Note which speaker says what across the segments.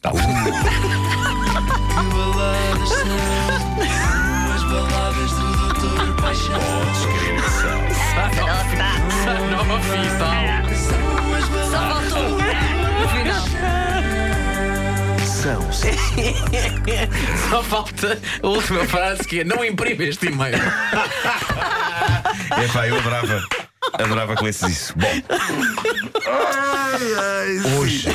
Speaker 1: Tá
Speaker 2: Que baladas são as baladas do Doutor Paixão?
Speaker 3: Não oficial.
Speaker 2: São as baladas.
Speaker 4: um.
Speaker 1: São
Speaker 3: Só falta a última frase que é: não imprime este e-mail.
Speaker 5: É pá, eu adorava. Adorava que lesses isso. Bom, hoje,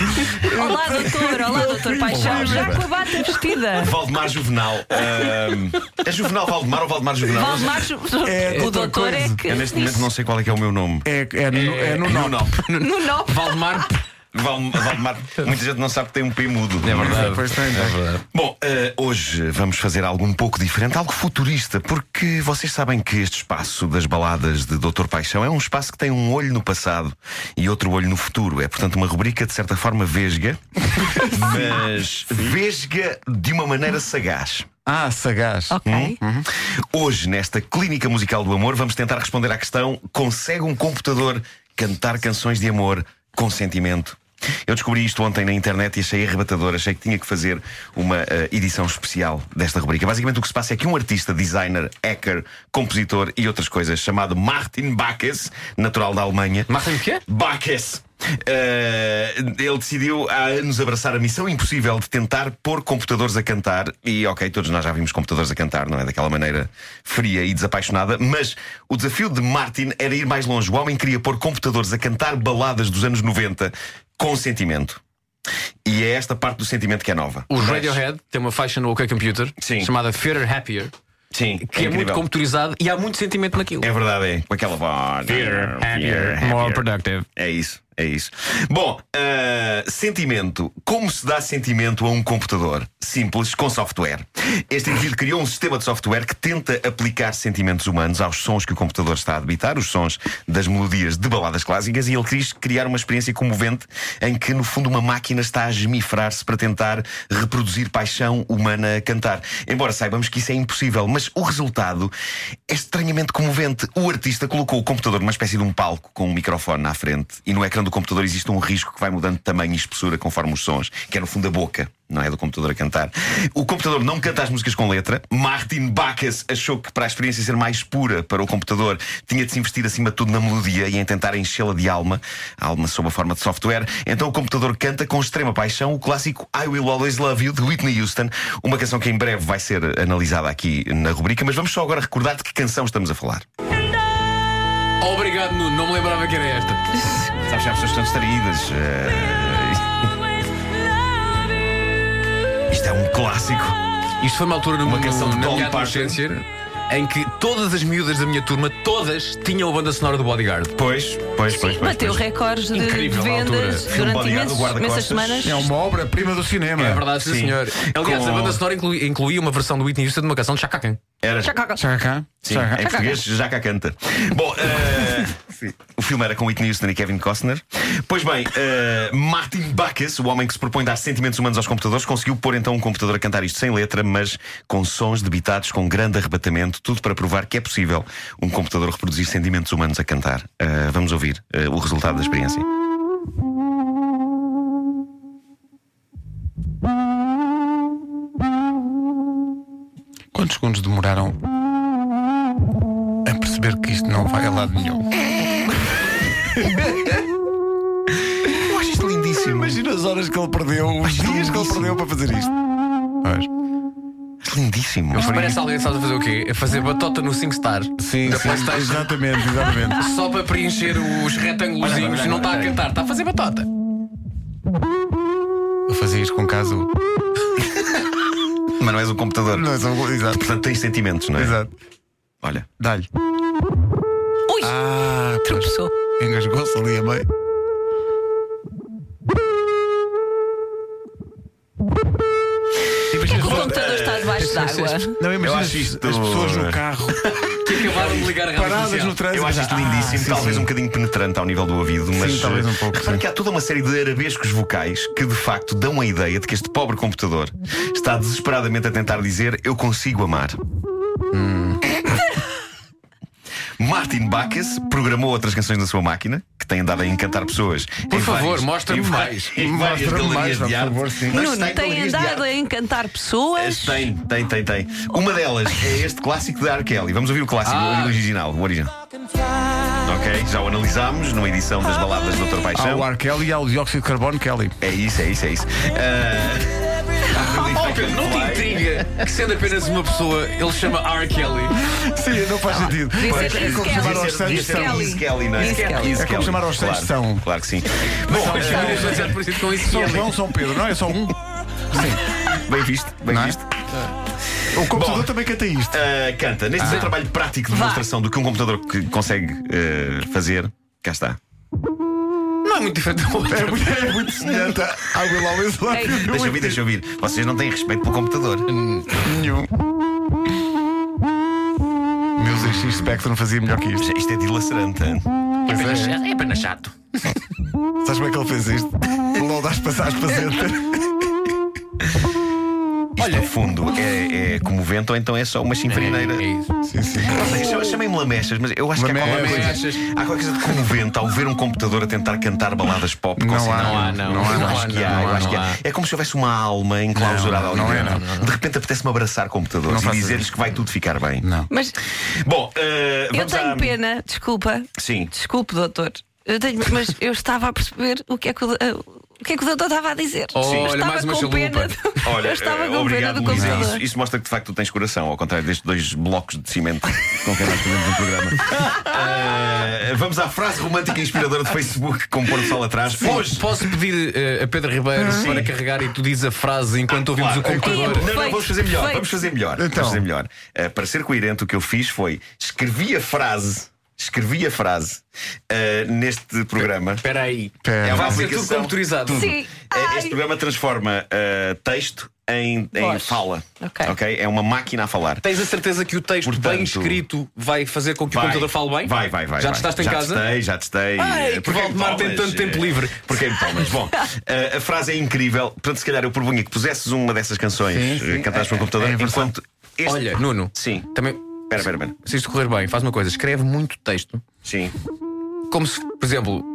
Speaker 4: Olá, doutor. Olá, doutor Paixão. Já com a bata vestida.
Speaker 5: Valdemar Juvenal. Ahm, é Juvenal Valdemar ou Valdemar Juvenal? Não sei.
Speaker 4: Valdemar,
Speaker 1: É
Speaker 4: o
Speaker 1: outra
Speaker 4: doutor é
Speaker 1: coisa.
Speaker 4: que.
Speaker 5: Eu neste
Speaker 4: diz-
Speaker 5: momento não sei qual é que é o meu nome.
Speaker 1: É, é no, é no nó.
Speaker 5: Nop.
Speaker 4: No nó.
Speaker 3: Valdemar.
Speaker 5: Val- Valdemar. Muita gente não sabe que tem um P mudo. É
Speaker 1: Pois tem, tem.
Speaker 5: Bom, eh, hoje vamos fazer algo um pouco diferente, algo futurista, porque vocês sabem que este espaço das baladas de Doutor Paixão é um espaço que tem um olho no passado e outro olho no futuro. É, portanto, uma rubrica de certa forma vesga, mas vesga de uma maneira sagaz.
Speaker 1: Ah, sagaz.
Speaker 4: Ok.
Speaker 5: Hoje, nesta Clínica Musical do Amor, vamos tentar responder à questão: consegue um computador cantar canções de amor com sentimento? Eu descobri isto ontem na internet e achei arrebatador. Achei que tinha que fazer uma eh, edição especial desta rubrica. Basicamente, o que se passa é que um artista, designer, hacker, compositor e outras coisas, chamado Martin Bacchus, natural da Alemanha,
Speaker 3: Martin o quê?
Speaker 5: Bacchus. Eh, ele decidiu há anos abraçar a missão impossível de tentar pôr computadores a cantar. E ok, todos nós já vimos computadores a cantar, não é? Daquela maneira fria e desapaixonada. Mas o desafio de Martin era ir mais longe. O homem queria pôr computadores a cantar baladas dos anos 90 com sentimento. E é esta parte do sentimento que é nova.
Speaker 3: Os
Speaker 5: Mas-
Speaker 3: Radiohead têm uma faixa no OK Computer
Speaker 5: Sim.
Speaker 3: chamada Fairer Happier,
Speaker 5: Sim,
Speaker 3: que é, muito
Speaker 5: incrível.
Speaker 3: computurizado e há muito sentimento naquilo.
Speaker 5: É verdade, é. Com aquela voz.
Speaker 3: More productive.
Speaker 5: É isso, é isso. Bom, ah, sentimento. Como se dá sentimento a um computador? Simples, com software. Este indivíduo criou um sistema de software que tenta aplicar sentimentos humanos aos sons que o computador está a debitar, os sons das melodias de baladas clássicas, e ele quis criar uma experiência comovente em que, no fundo, uma máquina está a gemifrar-se para tentar reproduzir paixão humana a cantar. Embora saibamos que isso é impossível, mas o resultado é estranhamente comovente. O artista colocou o computador numa espécie de um palco com um microfone na frente e no ecrã do computador existe um risco que vai mudando de tamanho e espessura conforme os sons, que é no fundo a boca, não é do computador a cantar. O computador não canta as músicas com letra. Martin Bacchus achou que para a experiência ser mais pura para o computador tinha de se investir acima de tudo na melodia e em tentar enchê-la de alma, alma sob a forma de software. Então o computador canta com extrema paixão o clássico I Will Always Love You de Whitney Houston, uma canção que em breve vai ser analisada aqui na rubrica, mas vamos só agora recordar de que canção estamos a falar.
Speaker 3: Obrigado, Nuno. Não me lembrava que era esta.
Speaker 5: Sabes, já as pessoas estão distraídas. eh, Isto é um clássico.
Speaker 3: Isto foi uma altura numa
Speaker 5: Uma canção de
Speaker 3: na
Speaker 5: Dolly
Speaker 3: minha
Speaker 5: Parton.
Speaker 3: adolescência em que todas as miúdas da minha turma, todas, tinham a banda sonora do Bodyguard.
Speaker 5: Pois, pois, pois. pois,
Speaker 4: Bateu
Speaker 5: pois.
Speaker 4: recordes de, de
Speaker 3: Incrível, na altura.
Speaker 4: vendas
Speaker 5: Filme
Speaker 4: durante
Speaker 5: Bodyguard,
Speaker 4: imensos-
Speaker 5: guarda-costas.
Speaker 4: imensas semanas.
Speaker 1: É uma obra-prima do cinema.
Speaker 3: É verdade, sim,
Speaker 5: Sim.
Speaker 3: senhor. Aliás,
Speaker 5: Com-
Speaker 3: a banda sonora inclui- incluía uma versão do Whitney Houston de uma canção de Chacacan.
Speaker 5: Era,
Speaker 1: Chacacá?
Speaker 5: Sim, é
Speaker 1: Chacacá.
Speaker 5: em português já cá canta. Bom, eh, o filme era com Whitney Houston e Kevin Costner. Pois bem, eh, Martin Bacchus, o homem que se propõe dar sentimentos humanos aos computadores, conseguiu pôr então um computador a cantar isto sem letra, mas com sons debitados, com grande arrebatamento, tudo para provar que é possível um computador reproduzir sentimentos humanos a cantar. Eh, vamos ouvir eh, o resultado da experiência.
Speaker 1: Quantos segundos demoraram a perceber que isto não vai a lado nenhum?
Speaker 5: Eu acho isto lindíssimo.
Speaker 1: Imagina as horas que ele perdeu, os dias que ele perdeu para fazer isto. Pois.
Speaker 5: Lindíssimo.
Speaker 3: Parece alguém que sabe fazer o quê? A fazer batota no SingStar
Speaker 1: Sim,
Speaker 3: da
Speaker 1: sim,
Speaker 3: PlayStation
Speaker 1: exatamente, exatamente.
Speaker 3: só para preencher os
Speaker 5: Olha,
Speaker 3: retângulozinhos.
Speaker 5: olha, olha,
Speaker 3: Não está a
Speaker 5: olha.
Speaker 3: cantar, está a fazer batota.
Speaker 1: Eu fazia isto com caso.
Speaker 5: Mas não és um computador.
Speaker 1: Não, é só... Exato,
Speaker 5: Portanto, tens sentimentos, não é?
Speaker 1: exato.
Speaker 5: Olha.
Speaker 1: Dá-lhe.
Speaker 4: Ui,
Speaker 1: Ah,
Speaker 4: tropeçou.
Speaker 1: engasgou-se ali a meio.
Speaker 4: O computador está debaixo d'água.
Speaker 1: Não,
Speaker 5: Eu
Speaker 1: imagina as,
Speaker 5: acho isto-
Speaker 1: as pessoas no carro,
Speaker 3: Que acabaram de ligar a rádio
Speaker 1: paradas
Speaker 3: comercial.
Speaker 1: no trânsito.
Speaker 5: Eu acho isto
Speaker 1: Ah,
Speaker 5: lindíssimo,
Speaker 1: sim,
Speaker 5: talvez
Speaker 1: sim.
Speaker 5: um bocadinho penetrante ao nível do ouvido, mas
Speaker 1: talvez um pouco,
Speaker 5: reparem
Speaker 1: sim.
Speaker 5: que há toda uma série de arabescos vocais que de facto dão a ideia de que este pobre computador está
Speaker 1: Hum.
Speaker 5: desesperadamente a tentar dizer eu consigo amar. Martin Bacchus programou outras canções na sua máquina, que tem andado a encantar pessoas.
Speaker 3: Por
Speaker 5: em
Speaker 3: favor,
Speaker 5: vários-
Speaker 3: mostra-me
Speaker 5: em vários-
Speaker 3: mais.
Speaker 5: em várias
Speaker 1: Mostra-me
Speaker 5: galerias
Speaker 1: mais,
Speaker 5: de
Speaker 1: por
Speaker 5: arte.
Speaker 1: favor, sim.
Speaker 5: Mas está
Speaker 4: Nuno,
Speaker 5: em
Speaker 4: tem
Speaker 5: galerias de arte.
Speaker 4: andado a encantar pessoas.
Speaker 5: Eh, Tem, tem, tem, tem. Uma delas é este clássico da R. Kelly. Vamos ouvir o clássico,
Speaker 3: Ah.
Speaker 5: o original, o original. Ok, já o analisámos numa edição das baladas do Dr.
Speaker 1: Há
Speaker 5: Paixão.
Speaker 1: Ah, o R. Kelly e há o dióxido de carbono Kelly.
Speaker 5: É isso, é isso, é isso. Ah, é
Speaker 3: Oh, Pedro, não te intriga que sendo apenas uma pessoa, ele chama R. Kelly.
Speaker 1: Sim, não faz sentido.
Speaker 4: Devia ser
Speaker 5: É
Speaker 4: Chris
Speaker 5: como chamar aos
Speaker 4: Kelly.
Speaker 5: Santos
Speaker 4: Chris
Speaker 5: são. Is
Speaker 4: Kelly.
Speaker 5: Kelly, não é?
Speaker 4: Is Kelly.
Speaker 5: Is
Speaker 1: É como
Speaker 5: Kelly.
Speaker 1: chamar aos
Speaker 5: Claro,
Speaker 1: Santos são.
Speaker 5: Claro que sim. Bom,
Speaker 3: Mas
Speaker 5: eh,
Speaker 3: querias fazer É por isso com isso.
Speaker 1: São
Speaker 3: Kelly.
Speaker 1: João, São Pedro, não é só um.
Speaker 5: bem visto, bem
Speaker 1: Não é?
Speaker 5: visto.
Speaker 1: O computador
Speaker 5: Bom.
Speaker 1: também canta isto.
Speaker 5: Ah, canta, neste seu trabalho prático de demonstração do que um computador que consegue eh, fazer, cá está.
Speaker 3: Não é muito diferente do outro.
Speaker 1: É muito, é muito semelhante a I Will Always Love
Speaker 4: Ei.
Speaker 1: You.
Speaker 5: Deixa eu ouvir, deixa eu ouvir. Vocês não têm respeito pelo computador.
Speaker 1: Nenhum. Meus X Spectrum fazia melhor que isto.
Speaker 5: Isto é dilacerante. hein?
Speaker 3: É apenas, é apenas chato.
Speaker 1: Sabes como é que ele fez isto? Logo às passagens pacente.
Speaker 5: Isto, no fundo, é, é comovente ou então é só uma chinfrineira.
Speaker 3: É isso.
Speaker 1: Sim, sim.
Speaker 5: Chama- Chamem-me lamechas, mas eu acho que há qualquer coisa.
Speaker 3: Lamechas.
Speaker 5: Há qualquer coisa de comovente ao ver um computador a tentar cantar baladas pop com
Speaker 1: Não
Speaker 5: sinal.
Speaker 1: há,
Speaker 3: Não há, não.
Speaker 1: Não há,
Speaker 5: Eu
Speaker 3: não
Speaker 5: acho
Speaker 3: há,
Speaker 5: que
Speaker 3: não
Speaker 5: há, eu
Speaker 3: há,
Speaker 5: acho
Speaker 3: não
Speaker 5: que
Speaker 3: há.
Speaker 5: há. É como se houvesse uma alma enclausurada
Speaker 1: Não,
Speaker 5: ali
Speaker 1: não é,
Speaker 5: dentro.
Speaker 1: não, não,
Speaker 5: De repente apetece-me abraçar computadores
Speaker 1: faças
Speaker 5: e dizer-lhes que vai tudo ficar bem.
Speaker 1: Não.
Speaker 4: Mas
Speaker 5: Bom, eh,
Speaker 4: eu
Speaker 5: vamos
Speaker 4: tenho
Speaker 5: à-
Speaker 4: pena, desculpa.
Speaker 5: Sim.
Speaker 4: Desculpe, doutor. Eu tenho, mas eu estava a perceber o que é que o, eh, o que é que o doutor estava a dizer. eu
Speaker 3: olha,
Speaker 4: estava
Speaker 3: mais uma
Speaker 4: com pena
Speaker 3: chalupa.
Speaker 4: do,
Speaker 5: Olha,
Speaker 4: eu estava
Speaker 5: eh,
Speaker 4: com pena
Speaker 5: obrigado,
Speaker 4: do
Speaker 5: Luísa.
Speaker 4: computador.
Speaker 5: Isso, isso mostra que de facto tu tens coração, ao contrário destes dois blocos de cimento com que nós fazemos um programa. Eh, vamos à frase romântica e inspiradora do Facebook com o pôr do sol atrás. Hoje!
Speaker 3: Posso, posso pedir eh, a Pedro Ribeiro para carregar e tu dizes a frase enquanto ouvimos
Speaker 5: Claro.
Speaker 3: o computador?
Speaker 4: Claro.
Speaker 5: Não, não, vamos fazer melhor.
Speaker 4: Feito.
Speaker 5: Vamos fazer melhor.
Speaker 1: Então.
Speaker 5: Vamos fazer melhor. Eh, para ser coerente, o que eu fiz foi escrevi a frase. Escrevi a frase eh, neste programa.
Speaker 3: Espera aí.
Speaker 1: Pera.
Speaker 5: É uma
Speaker 3: Vai ser tudo É,
Speaker 5: aplicação.
Speaker 3: computurizado.
Speaker 4: Sim.
Speaker 5: Eh,
Speaker 4: Ai.
Speaker 5: Este programa transforma eh, texto em, em
Speaker 4: Voz.
Speaker 5: fala.
Speaker 4: Ok.
Speaker 5: É uma máquina a falar.
Speaker 3: Tens a certeza que o texto
Speaker 5: Portanto,
Speaker 3: bem escrito vai fazer com que o
Speaker 5: Vai.
Speaker 3: computador fale bem?
Speaker 5: Vai, vai, vai.
Speaker 3: Já
Speaker 5: vai.
Speaker 3: testaste em
Speaker 5: já
Speaker 3: casa?
Speaker 5: Testei, já testei.
Speaker 3: Ai,
Speaker 5: Eh,
Speaker 3: que
Speaker 5: porquê me
Speaker 3: Valdemar tem
Speaker 5: tomas?
Speaker 3: tanto tempo
Speaker 5: Eh,
Speaker 3: livre.
Speaker 5: Porquê me tomas? Bom, eh, a frase é incrível. Portanto, se calhar eu propunha que pusesses uma dessas canções
Speaker 1: Sim, sim.
Speaker 5: eh, cantadas por um computador
Speaker 1: é a versão-
Speaker 5: enquanto. este-
Speaker 3: Olha, Nuno,
Speaker 5: Sim.
Speaker 3: também.
Speaker 5: Espera, espera, espera.
Speaker 3: Se isto correr bem, faz uma coisa: escreve muito texto,
Speaker 5: Sim.
Speaker 3: como se, por exemplo,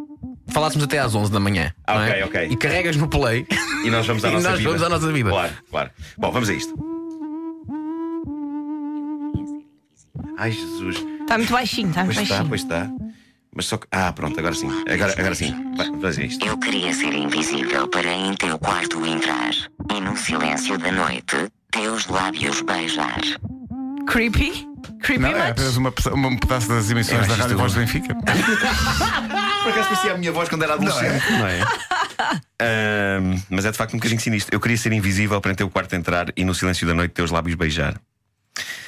Speaker 3: falássemos até às 11 da manhã.
Speaker 5: Ah,
Speaker 3: não é?
Speaker 5: ok, ok.
Speaker 3: E carregas no play.
Speaker 5: E nós vamos à
Speaker 3: E
Speaker 5: nossa
Speaker 3: nós
Speaker 5: vida.
Speaker 3: vamos à nossa vida.
Speaker 5: Claro, claro. Bom, vamos a isto. Ai, Jesus.
Speaker 4: Está tá muito baixinho, está muito
Speaker 5: Pois está,
Speaker 4: baixinho.
Speaker 5: pois está. Mas só que. Ah, pronto, agora sim. Agora, agora sim. Vai, Vamos fazer isto.
Speaker 6: Eu queria ser invisível para em teu quarto entrar e no silêncio da noite teus lábios beijar.
Speaker 4: Creepy? Creepy
Speaker 1: Não, é
Speaker 4: much?
Speaker 1: apenas uma, peça- uma- um pedaço das
Speaker 5: Eu
Speaker 1: emissões
Speaker 5: acho
Speaker 1: da
Speaker 5: isto
Speaker 1: Rádio Voz do
Speaker 5: tudo.
Speaker 1: Benfica.
Speaker 5: Por acaso parecia a minha voz quando era adolescente. Não é? Ahm, mas é de facto um bocadinho sinistro. Eu queria ser invisível para em teu quarto entrar e no silêncio da noite teus lábios beijar.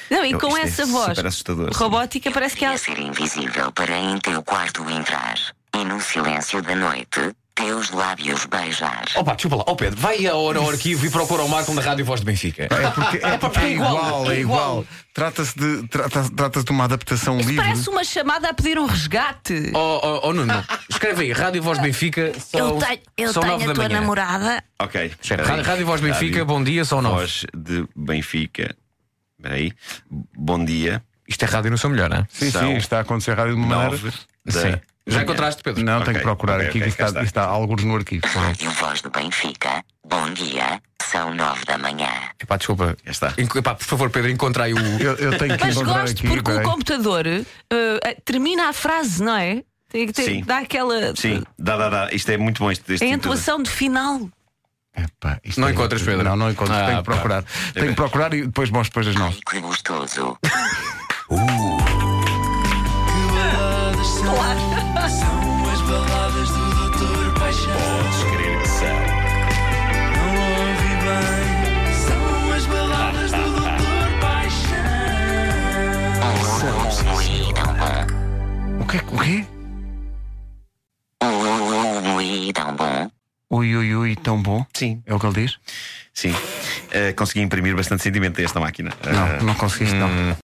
Speaker 4: Não, e
Speaker 5: Eu-
Speaker 4: com
Speaker 5: isto é
Speaker 4: essa voz
Speaker 5: Super assustador.
Speaker 4: robótica parece que ela.
Speaker 6: Queria ser invisível para em teu quarto entrar e no silêncio da noite teus lábios beijar.
Speaker 3: Opa, desculpa lá. Ó Pedro, vai agora ao arquivo e procura o Marco da Rádio Voz de Benfica.
Speaker 1: É porque é,
Speaker 3: porque é igual,
Speaker 1: é
Speaker 3: é igual.
Speaker 1: igual. Trata-se de, trata, trata-se de uma adaptação livre.
Speaker 4: Parece uma chamada a pedir um resgate.
Speaker 3: Oh, oh, oh, Nuno, escreve aí, Rádio Voz de Benfica, são, são 9 da manhã.
Speaker 4: namorada.
Speaker 5: Ok.
Speaker 3: Escreve,
Speaker 5: espera aí.
Speaker 3: Rádio, Rádio Voz de Benfica,
Speaker 5: Rádio
Speaker 3: bom dia, são 9.
Speaker 5: Voz de Benfica. Espera aí. Bom dia.
Speaker 3: Isto é rádio no seu melhor, não é?
Speaker 1: Sim,
Speaker 5: São
Speaker 1: sim, está a acontecer rádio de uma
Speaker 5: Nove
Speaker 1: maneira.
Speaker 5: da
Speaker 3: Sim. Já
Speaker 5: manhã.
Speaker 3: encontraste, Pedro?
Speaker 1: Não,
Speaker 5: Ok,
Speaker 1: tenho que procurar
Speaker 5: ok,
Speaker 1: aqui,
Speaker 5: ok,
Speaker 1: que isto
Speaker 5: cá
Speaker 1: está,
Speaker 5: está.
Speaker 1: está alguns no arquivo.
Speaker 6: Rádio Voz do Benfica, bom dia, são nove da manhã.
Speaker 3: Epá, desculpa.
Speaker 5: Já está.
Speaker 3: Enco- epá, por favor, Pedro, encontra aí o.
Speaker 1: Eu, eu tenho que
Speaker 4: Mas
Speaker 1: encontrar
Speaker 4: gosto
Speaker 1: aqui.
Speaker 4: porque
Speaker 1: peraí.
Speaker 4: o computador eh, termina a frase, não é? Tem que ter-
Speaker 5: Sim.
Speaker 4: dá aquela.
Speaker 5: Sim, dá, dá, dá. Isto é muito bom. Este,
Speaker 4: A
Speaker 5: este
Speaker 4: entoação de final.
Speaker 1: Epá, isto
Speaker 3: Não
Speaker 1: é-
Speaker 3: encontras, Pedro?
Speaker 1: Não, não encontro.
Speaker 3: Ah,
Speaker 1: tenho que
Speaker 3: pá.
Speaker 1: procurar. Tenho que procurar e depois mostro depois das nove.
Speaker 6: Que gostoso.
Speaker 2: Que baladas são?
Speaker 4: Claro.
Speaker 2: São as baladas do Doutor Paixão.
Speaker 5: Podes crer que são.
Speaker 2: Não ouvi bem. São as baladas do Doutor Paixão.
Speaker 6: Ui, tão bom.
Speaker 1: O que é que. O quê?
Speaker 6: Ui, tão bom.
Speaker 1: Ui, ui, ui, tão bom.
Speaker 5: Sim.
Speaker 1: É o que ele diz?
Speaker 5: Sim. Eh, consegui imprimir bastante sentimento a esta máquina. Eh,
Speaker 3: É. Hum.
Speaker 1: Não, não conseguiste, não.